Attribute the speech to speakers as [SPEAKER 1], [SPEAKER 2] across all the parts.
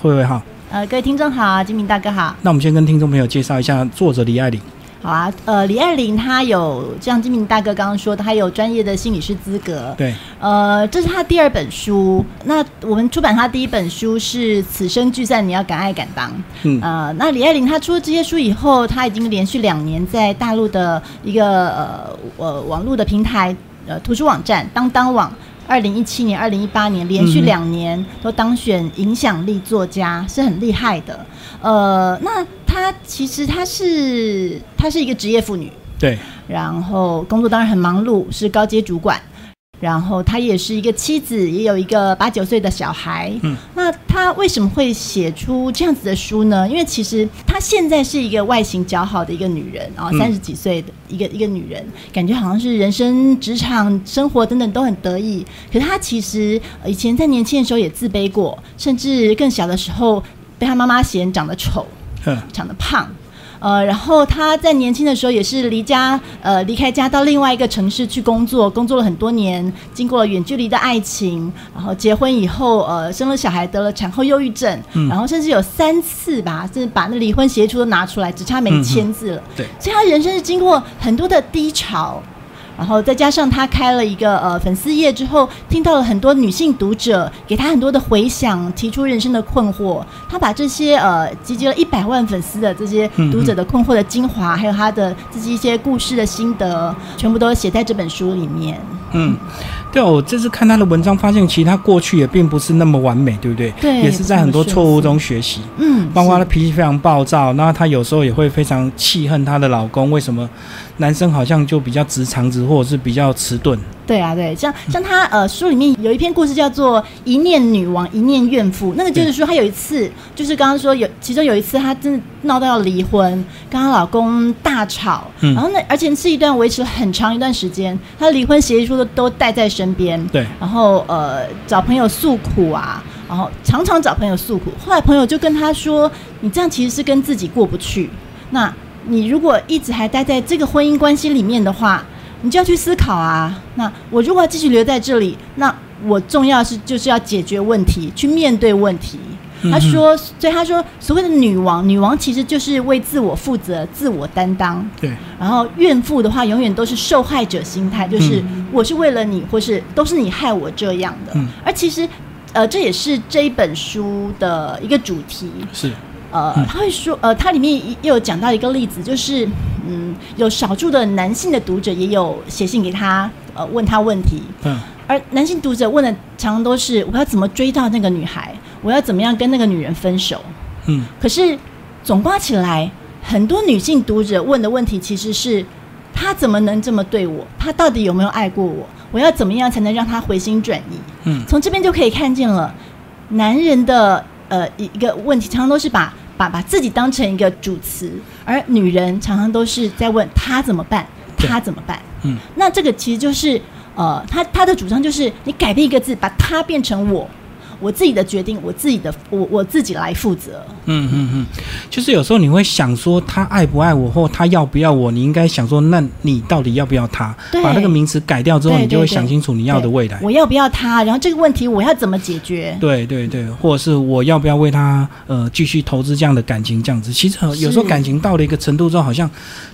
[SPEAKER 1] 慧慧好，
[SPEAKER 2] 呃，各位听众好，金明大哥好，
[SPEAKER 1] 那我们先跟听众朋友介绍一下作者李爱玲。
[SPEAKER 2] 好啊，呃，李爱玲她有，就像金明大哥刚刚说的，她有专业的心理师资格，
[SPEAKER 1] 对，
[SPEAKER 2] 呃，这是她第二本书。那我们出版她第一本书是《此生聚散，你要敢爱敢当》。
[SPEAKER 1] 嗯，
[SPEAKER 2] 呃，那李爱玲她出了这些书以后，她已经连续两年在大陆的一个呃呃网络的平台，呃图书网站当当网。二零一七年、二零一八年连续
[SPEAKER 1] 嗯
[SPEAKER 2] 两年都当选影响力作家，是很厉害的。呃，那她其实她是她是一个职业妇女，
[SPEAKER 1] 对，
[SPEAKER 2] 然后工作当然很忙碌，是高阶主管。然后她也是一个妻子，也有一个八九岁的小孩。
[SPEAKER 1] 嗯，
[SPEAKER 2] 那她为什么会写出这样子的书呢？因为其实她现在是一个外形姣好的一个女人啊，
[SPEAKER 1] 嗯
[SPEAKER 2] 三十几岁的一个一个女人，感觉好像是人生、职场、生活等等都很得意。可是她其实呃以前在年轻的时候也自卑过，甚至更小的时候被她妈妈嫌长得丑。
[SPEAKER 1] 嗯，
[SPEAKER 2] 长得胖。呃，然后他在年轻的时候也是离家，呃，离开家到另外一个城市去工作，工作了很多年，经过了远距离的爱情，然后结婚以后，呃，生了小孩，得了产后忧郁症，
[SPEAKER 1] 嗯
[SPEAKER 2] 然后甚至有三次吧，甚至把那离婚协议书都拿出来，只差没签字了。
[SPEAKER 1] 嗯对，
[SPEAKER 2] 所以他人生是经过很多的低潮，然后再加上他开了一个呃粉丝页之后，听到了很多女性读者给他很多的回响，提出人生的困惑。他把这些呃集结了一百万粉丝的这些
[SPEAKER 1] 嗯嗯
[SPEAKER 2] 读者的困惑的精华，还有他的自己一些故事的心得，全部都写在这本书里面。
[SPEAKER 1] 嗯，对啊，我这次看他的文章，发现其实他过去也并不是那么完美，对不对？
[SPEAKER 2] 对
[SPEAKER 1] 也是在很多错误中学习，
[SPEAKER 2] 嗯，
[SPEAKER 1] 包括
[SPEAKER 2] 是
[SPEAKER 1] 她脾气非常暴躁，那她有时候也会非常气恨她的老公，为什么男生好像就比较直肠子，或者是比较迟钝？
[SPEAKER 2] 对啊，对，像像他呃书里面有一篇故事叫做《一念女王一念怨妇》，那个就是说她有一次，就是刚刚说有其中有一次她真的闹到要离婚，跟她老公大吵，
[SPEAKER 1] 嗯
[SPEAKER 2] 然后那而且是一段维持了很长一段时间，她离婚协议书都都带在身边，
[SPEAKER 1] 对，
[SPEAKER 2] 然后呃找朋友诉苦啊，然后常常找朋友诉苦。后来朋友就跟他说：“你这样其实是跟自己过不去。那你如果一直还待在这个婚姻关系里面的话，你就要去思考啊。那我如果要继续留在这里，那我重要是就是要解决问题，去面对问题。”
[SPEAKER 1] 嗯
[SPEAKER 2] 他说，所以他说，所谓的女王，女王其实就是为自我负责、自我担当。
[SPEAKER 1] 对，
[SPEAKER 2] 然后怨妇的话，永远都是受害者心态，就是我是为了你，或是都是你害我这样的。
[SPEAKER 1] 嗯
[SPEAKER 2] 而其实，呃，这也是这一本书的一个主题。
[SPEAKER 1] 是，
[SPEAKER 2] 呃
[SPEAKER 1] 嗯，
[SPEAKER 2] 他会说，呃，它里面也也有讲到一个例子，就是，嗯，有少数的男性的读者也有写信给他，呃，问他问题。
[SPEAKER 1] 嗯，
[SPEAKER 2] 而男性读者问的常常都是我要怎么追到那个女孩，我要怎么样跟那个女人分手。
[SPEAKER 1] 嗯，
[SPEAKER 2] 可是总括起来，很多女性读者问的问题其实是：她怎么能这么对我？她到底有没有爱过我？我要怎么样才能让她回心转意？
[SPEAKER 1] 嗯，
[SPEAKER 2] 从这边就可以看见了，男人的呃一一个问题，常常都是把把把自己当成一个主词，而女人常常都是在问他怎么办，
[SPEAKER 1] 对
[SPEAKER 2] 他怎么办？
[SPEAKER 1] 嗯，
[SPEAKER 2] 那这个其实就是呃，他他的主张就是你改变一个字，把它变成我。我自己的决定，我自己的，我我自己来负责。
[SPEAKER 1] 嗯嗯嗯，就是有时候你会想说他爱不爱我，或他要不要我，你应该想说，那你到底要不要他？
[SPEAKER 2] 对
[SPEAKER 1] 把那个名词改掉之后，
[SPEAKER 2] 对
[SPEAKER 1] 你就会
[SPEAKER 2] 对对
[SPEAKER 1] 想清楚你要的未来。
[SPEAKER 2] 我要不要他？然后这个问题我要怎么解决？
[SPEAKER 1] 对对对，或者是我要不要为他呃继续投资这样的感情这样子？其实呃
[SPEAKER 2] 是
[SPEAKER 1] 有时候感情到了一个程度之后，好像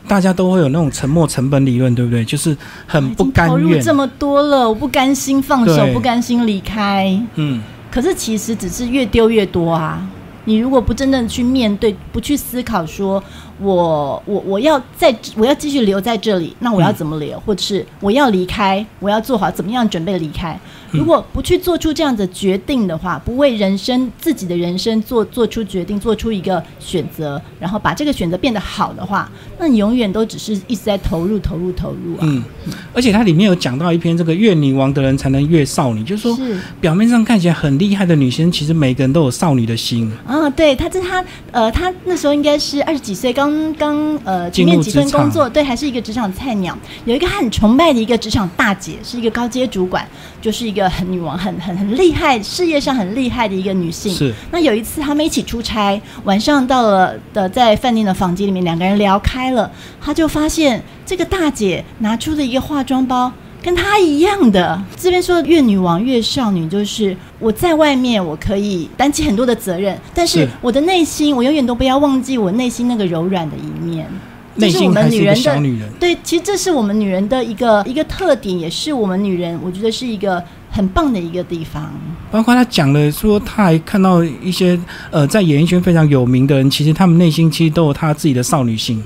[SPEAKER 1] 大家都会有那种沉没成本理论，对不对？就是很不甘
[SPEAKER 2] 投入
[SPEAKER 1] 愿。
[SPEAKER 2] 这么多了，我不甘心放手
[SPEAKER 1] 对，
[SPEAKER 2] 不甘心离开。
[SPEAKER 1] 嗯，
[SPEAKER 2] 可是其实只是越丢越多啊！你如果不真正去面对，不去思考说，我我我要在我要继续留在这里，那我要
[SPEAKER 1] 嗯
[SPEAKER 2] 怎么留，或者是我要离开，我要做好怎么样准备离开。
[SPEAKER 1] 嗯
[SPEAKER 2] 如果不去做出这样的决定的话，不为人生自己的人生做做出决定，做出一个选择，然后把这个选择变得好的话，那你永远都只是一直在投入、投入、投入啊！
[SPEAKER 1] 嗯，而且它里面有讲到一篇这个越女王的人才能越少女，就是说
[SPEAKER 2] 是。
[SPEAKER 1] 表面上看起来很厉害的女生，其实每个人都有少女的心。
[SPEAKER 2] 啊，对，他这他呃，他那时候应该是二十几岁，刚刚呃，
[SPEAKER 1] 进
[SPEAKER 2] 前
[SPEAKER 1] 入
[SPEAKER 2] 面几份
[SPEAKER 1] 职场
[SPEAKER 2] 工作，对，还是一个职场菜鸟。有一个他很崇拜的一个职场大姐，是一个高阶主管，就是一个很女王，很很很厉害，事业上很厉害的一个女性。
[SPEAKER 1] 是，
[SPEAKER 2] 那有一次他们一起出差，晚上到了的在饭店的房间里面，两个人聊开了，他就发现这个大姐拿出了一个化妆包，跟她一样的。这边说越女王越少女，就是我在外面我可以担起很多的责任，但是
[SPEAKER 1] 是
[SPEAKER 2] 我的内心，我永远都不要忘记我内心那个柔软的一面。这
[SPEAKER 1] 内
[SPEAKER 2] 是我
[SPEAKER 1] 心
[SPEAKER 2] 们
[SPEAKER 1] 还是
[SPEAKER 2] 女
[SPEAKER 1] 一个
[SPEAKER 2] 人
[SPEAKER 1] 小
[SPEAKER 2] 的
[SPEAKER 1] 女人。
[SPEAKER 2] 对，其实这是我们女人的一个一个特点，也是我们女人，我觉得是一个很棒的一个地方。
[SPEAKER 1] 包括他讲了说，他还看到一些呃，在演艺圈非常有名的人，其实他们内心其实都有他自己的少女心。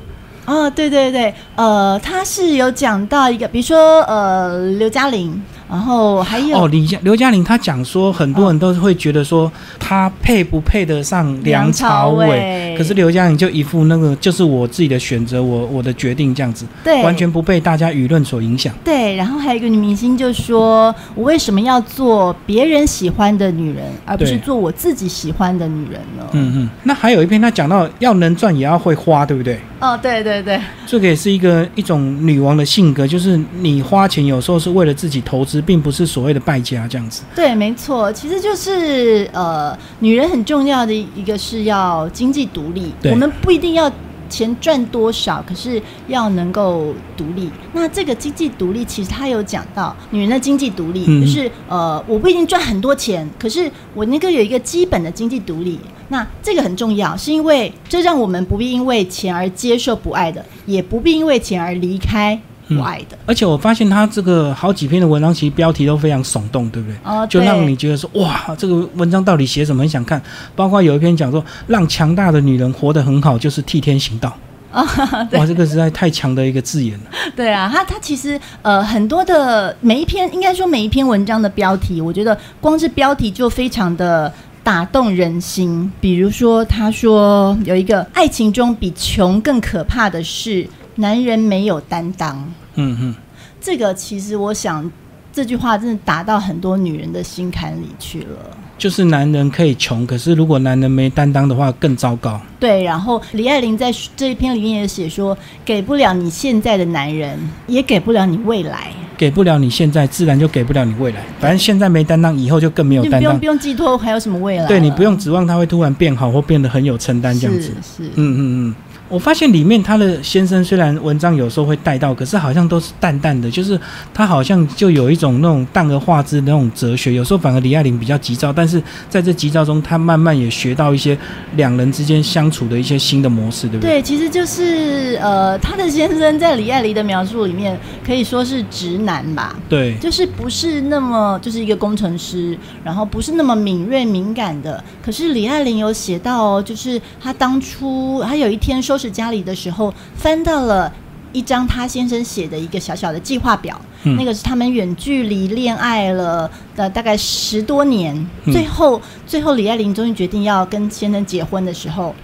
[SPEAKER 2] 哦，对对对，呃，他是有讲到一个，比如说呃，刘嘉玲，然后还有、
[SPEAKER 1] 哦，李嘉刘嘉玲她讲说，很多人都会觉得说她配不配得上梁朝伟，
[SPEAKER 2] 伟
[SPEAKER 1] 可是刘嘉玲就一副那个就是我自己的选择，我我的决定这样子，
[SPEAKER 2] 对
[SPEAKER 1] 完全不被大家舆论所影响。
[SPEAKER 2] 对，然后还有一个女明星就说：“我为什么要做别人喜欢的女人，而不是
[SPEAKER 1] 对
[SPEAKER 2] 做我自己喜欢的女人呢？”，
[SPEAKER 1] 嗯嗯，那还有一篇她讲到要能赚也要会花，对不对？
[SPEAKER 2] 哦，对对对，
[SPEAKER 1] 这个也是一个一种女王的性格，就是你花钱有时候是为了自己投资，并不是所谓的败家这样子。
[SPEAKER 2] 对，没错，其实就是呃，女人很重要的一个是要经济独立，
[SPEAKER 1] 对
[SPEAKER 2] 我们不一定要钱赚多少，可是要能够独立。那这个经济独立，其实他有讲到女人的经济独立，
[SPEAKER 1] 嗯
[SPEAKER 2] 就是呃，我不一定赚很多钱，可是我那个有一个基本的经济独立。那这个很重要，是因为这让我们不必因为钱而接受不爱的，也不必因为钱而离开不爱的。
[SPEAKER 1] 而且我发现她这个好几篇的文章，其实标题都非常耸动，对不对？
[SPEAKER 2] 哦，
[SPEAKER 1] 就
[SPEAKER 2] 对
[SPEAKER 1] 让你觉得说哇，这个文章到底写什么？很想看。包括有一篇讲说，让强大的女人活得很好，就是替天行道。哇，这个实在太强的一个字眼了。
[SPEAKER 2] 对啊，他他其实呃很多的每一篇，应该说每一篇文章的标题，我觉得光是标题就非常的打动人心。比如说，他说有一个爱情中比穷更可怕的是男人没有担当，
[SPEAKER 1] 嗯嗯，
[SPEAKER 2] 这个其实我想这句话真的打到很多女人的心坎里去了。
[SPEAKER 1] 就是男人可以穷，可是如果男人没担当的话，更糟糕。
[SPEAKER 2] 对，然后李爱玲在这一篇里面也写说，给不了你现在的男人，也给不了你未来。
[SPEAKER 1] 给不了你现在，自然就给不了你未来。反正现在没担当，以后就更没有
[SPEAKER 2] 你
[SPEAKER 1] 担
[SPEAKER 2] 不用
[SPEAKER 1] 当
[SPEAKER 2] 不。用寄托还有什么未来了？
[SPEAKER 1] 对你不用指望他会突然变好或变得很有承担这样子。
[SPEAKER 2] 是是，
[SPEAKER 1] 嗯嗯嗯，我发现里面他的先生虽然文章有时候会带到，可是好像都是淡淡的，就是他好像就有一种那种淡而化之的那种哲学。有时候反而李爱玲比较急躁，但是在这急躁中，他慢慢也学到一些两人之间相处的一些新的模式，对不对？
[SPEAKER 2] 对，其实就是呃，他的先生在李爱黎的描述里面可以说是直男吧，
[SPEAKER 1] 对
[SPEAKER 2] 就是不是那么就是一个工程师，然后不是那么敏锐敏感的。可是李爱玲有写到哦，就是她当初她有一天收拾家里的时候，翻到了一张她先生写的一个小小的计划表，
[SPEAKER 1] 嗯
[SPEAKER 2] 那个是他们远距离恋爱了的大概十多年，
[SPEAKER 1] 嗯
[SPEAKER 2] 最后最后李爱玲终于决定要跟先生结婚的时候。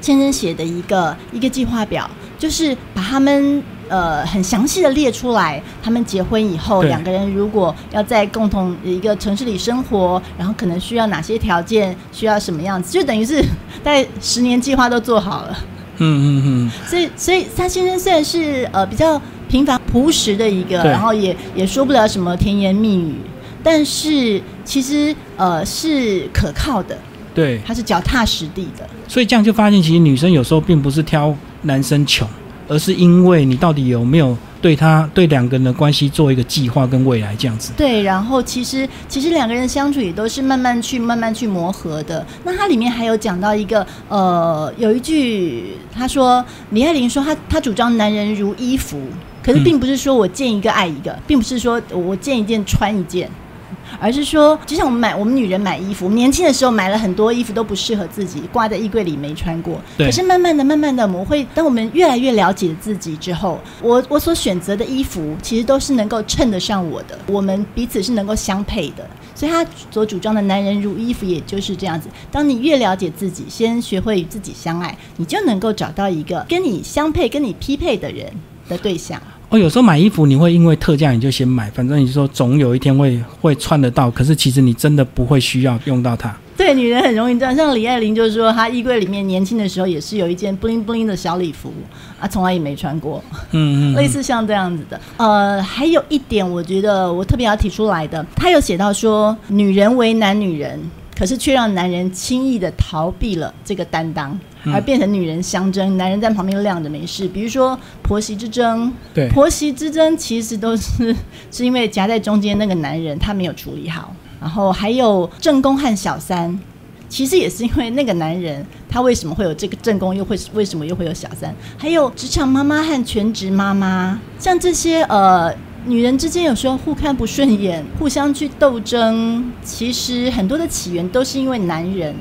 [SPEAKER 2] 先生写的一个一个计划表，就是把他们呃很详细的列出来，他们结婚以后
[SPEAKER 1] 对
[SPEAKER 2] 两个人如果要在共同一个城市里生活，然后可能需要哪些条件，需要什么样子，就等于是 大概十年计划都做好了。
[SPEAKER 1] 嗯嗯嗯，
[SPEAKER 2] 所以，所以他先生虽然是呃比较平凡朴实的一个，
[SPEAKER 1] 对
[SPEAKER 2] 然后也也说不了什么甜言蜜语，但是其实呃是可靠的，
[SPEAKER 1] 对。
[SPEAKER 2] 他是脚踏实地的。
[SPEAKER 1] 所以这样就发现，其实女生有时候并不是挑男生穷，而是因为你到底有没有对他对两个人的关系做一个计划跟未来这样子。
[SPEAKER 2] 对，然后其实其实两个人相处也都是慢慢去慢慢去磨合的。那它里面还有讲到一个呃，有一句他说李爱玲说她她主张男人如衣服，可是
[SPEAKER 1] 嗯
[SPEAKER 2] 并不是说我见一个爱一个，并不是说我见一件穿一件。而是说，就像我们买我们女人买衣服，我们年轻的时候买了很多衣服都不适合自己，挂在衣柜里没穿过。
[SPEAKER 1] 对
[SPEAKER 2] 可是慢慢的、慢慢的，我们会当我们越来越了解自己之后，我我所选择的衣服其实都是能够衬得上我的，我们彼此是能够相配的。所以他所主张的男人如衣服，也就是这样子。当你越了解自己，先学会与自己相爱，你就能够找到一个跟你相配、跟你匹配的人的对象。
[SPEAKER 1] 哦，有时候买衣服你会因为特价你就先买，反正你说总有一天会会穿得到，可是其实你真的不会需要用到它。
[SPEAKER 2] 对，女人很容易这样。像李爱玲就说，她衣柜里面年轻的时候也是有一件 bling bling 的小礼服啊，从来也没穿过，
[SPEAKER 1] 嗯
[SPEAKER 2] 类似像这样子的。呃，还有一点，我觉得我特别要提出来的，她有写到说，女人为难女人。可是却让男人轻易的逃避了这个担当，
[SPEAKER 1] 嗯
[SPEAKER 2] 而变成女人相争，男人在旁边晾着没事。比如说婆媳之争，
[SPEAKER 1] 对，
[SPEAKER 2] 婆媳之争其实都是 是因为夹在中间那个男人他没有处理好，然后还有正宫和小三，其实也是因为那个男人他为什么会有这个正宫，又会为什么又会有小三，还有职场妈妈和全职妈妈，像这些呃。女人之间有时候互看不顺眼，互相去斗争，其实很多的起源都是因为男人。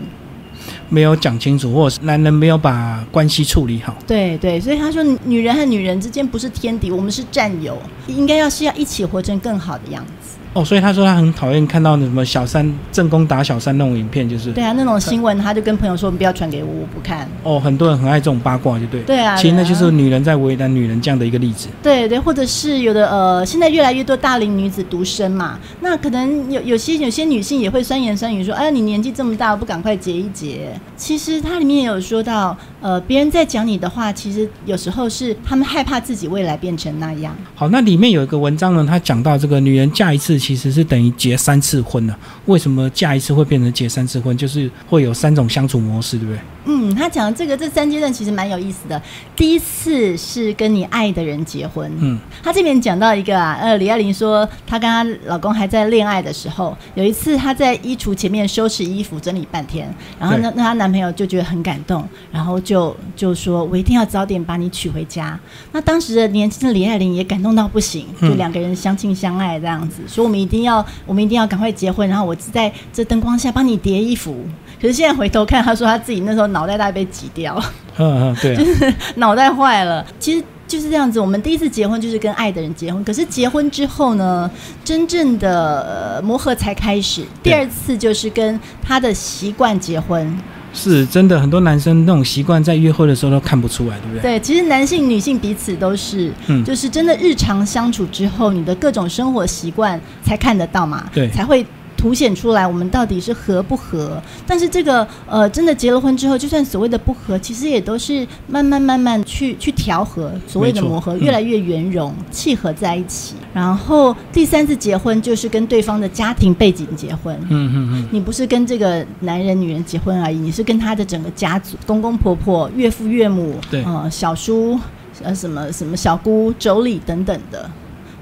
[SPEAKER 1] 没有讲清楚，或者是男人没有把关系处理好。
[SPEAKER 2] 对对，所以他说，女人和女人之间不是天敌，我们是战友，应该要是要一起活成更好的样子。
[SPEAKER 1] 哦，所以他说他很讨厌看到那什么小三正宫打小三那种影片，就是
[SPEAKER 2] 对啊，那种新闻他就跟朋友说，你不要传给我，我不看。
[SPEAKER 1] 哦，很多人很爱这种八卦，就对。
[SPEAKER 2] 对啊，
[SPEAKER 1] 其实那
[SPEAKER 2] 对啊
[SPEAKER 1] 就是女人在为难女人这样的一个例子。
[SPEAKER 2] 对对，或者是有的呃，现在越来越多大龄女子独身嘛，那可能有有些有些女性也会酸言酸语说，哎，你年纪这么大，不赶快结一结？其实它里面也有说到，呃，别人在讲你的话，其实有时候是他们害怕自己未来变成那样。
[SPEAKER 1] 好，那里面有一个文章呢，他讲到这个女人嫁一次其实是等于结三次婚了、为什么嫁一次会变成结三次婚？就是会有三种相处模式，对不对？
[SPEAKER 2] 嗯，他讲的这个这三阶段其实蛮有意思的。第一次是跟你爱的人结婚，
[SPEAKER 1] 嗯，
[SPEAKER 2] 她这边讲到一个啊，呃，李爱玲说她跟她老公还在恋爱的时候，有一次她在衣橱前面收拾衣服整理半天，然后呢，那她男朋友就觉得很感动，然后就就说：“我一定要早点把你娶回家。”那当时的年轻的李爱玲也感动到不行，就
[SPEAKER 1] 嗯
[SPEAKER 2] 两个人相亲相爱这样子，说我们一定要我们一定要赶快结婚，然后我在这灯光下帮你叠衣服。可是现在回头看，她说她自己那时候脑袋大概被挤掉。
[SPEAKER 1] 嗯嗯，对、啊，
[SPEAKER 2] 脑袋坏了。其实就是这样子，我们第一次结婚就是跟爱的人结婚，可是结婚之后呢，真正的、呃磨合才开始。
[SPEAKER 1] 对
[SPEAKER 2] 第二次就是跟他的习惯结婚。
[SPEAKER 1] 是真的，很多男生那种习惯在约会的时候都看不出来，对不对？
[SPEAKER 2] 对，其实男性、女性彼此都是，
[SPEAKER 1] 嗯
[SPEAKER 2] 就是真的日常相处之后，你的各种生活习惯才看得到嘛，
[SPEAKER 1] 对
[SPEAKER 2] 才会。凸显出来我们到底是合不合，但是这个呃，真的结了婚之后，就算所谓的不合，其实也都是慢慢慢慢去去调和，所谓的
[SPEAKER 1] 没错
[SPEAKER 2] 磨合，
[SPEAKER 1] 嗯
[SPEAKER 2] 越来越圆融，契合在一起。然后第三次结婚就是跟对方的家庭背景结婚，
[SPEAKER 1] 嗯嗯嗯，
[SPEAKER 2] 你不是跟这个男人、女人结婚而已，你是跟他的整个家族，公公婆婆、岳父岳母，
[SPEAKER 1] 对
[SPEAKER 2] 呃，小叔，呃，什么什么小姑、妯娌等等的。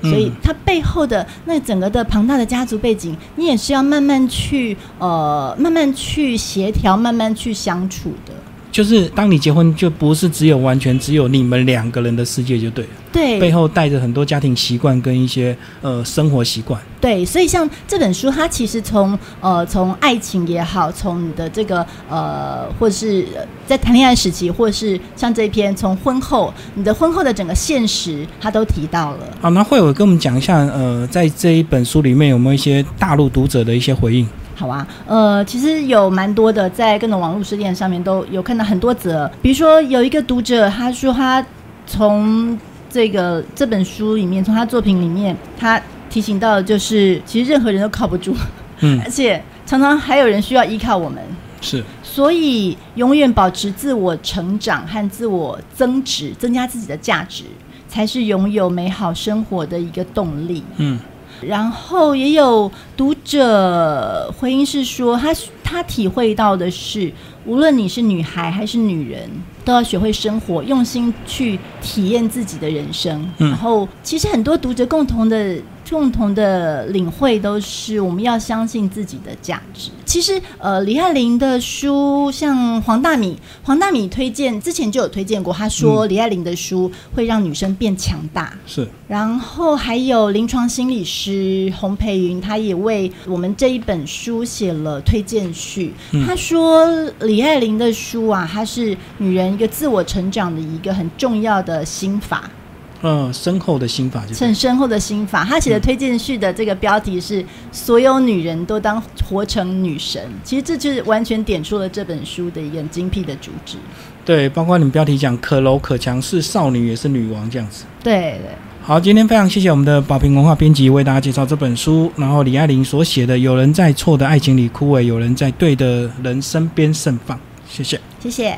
[SPEAKER 2] 所以
[SPEAKER 1] 嗯
[SPEAKER 2] 他背后的那整个的庞大的家族背景，你也是要慢慢去呃，慢慢去协调，慢慢去相处的。
[SPEAKER 1] 就是当你结婚，就不是只有完全只有你们两个人的世界就对了，
[SPEAKER 2] 对，
[SPEAKER 1] 背后带着很多家庭习惯跟一些呃生活习惯。
[SPEAKER 2] 对，所以像这本书，它其实从呃从爱情也好，从你的这个呃，或是呃在谈恋爱时期，或是像这一篇从婚后，你的婚后的整个现实，它都提到了。
[SPEAKER 1] 好，啊那慧伟跟我们讲一下，呃，在这一本书里面有没有一些大陆读者的一些回应？
[SPEAKER 2] 好啊，呃，其实有蛮多的，在各种网络书店上面都有看到很多则，比如说有一个读者他说他从这个这本书里面，从他作品里面，他提醒到的就是，其实任何人都靠不住，
[SPEAKER 1] 嗯，
[SPEAKER 2] 而且常常还有人需要依靠我们。
[SPEAKER 1] 是，
[SPEAKER 2] 所以，永远保持自我成长和自我增值，增加自己的价值，才是拥有美好生活的一个动力。
[SPEAKER 1] 嗯，
[SPEAKER 2] 然后也有读者回应是说，他他体会到的是，无论你是女孩还是女人，都要学会生活，用心去体验自己的人生。
[SPEAKER 1] 嗯
[SPEAKER 2] 然后，其实很多读者共同的共同的领会都是，我们要相信自己的价值。其实，呃，李爱玲的书，像黄大米，黄大米推荐之前就有推荐过，他说李爱玲的书会让女生变强大。
[SPEAKER 1] 是，
[SPEAKER 2] 然后还有临床心理师洪培云，他也为我们这一本书写了推荐序。
[SPEAKER 1] 嗯
[SPEAKER 2] 他说李爱玲的书啊，她是女人一个自我成长的一个很重要的心法，
[SPEAKER 1] 呃，深厚的心法就是，
[SPEAKER 2] 很深厚的心法。他写的推荐序的这个标题是“所有女人都当活成女神”，其实这就是完全点出了这本书的一个很精辟的主旨。
[SPEAKER 1] 对，包括你们标题讲可柔可强，是少女也是女王这样子。
[SPEAKER 2] 对对。
[SPEAKER 1] 好，今天非常谢谢我们的宝瓶文化编辑为大家介绍这本书，然后李爱玲所写的《有人在错的爱情里枯萎，有人在对的人身边盛放》，谢谢。
[SPEAKER 2] 谢谢。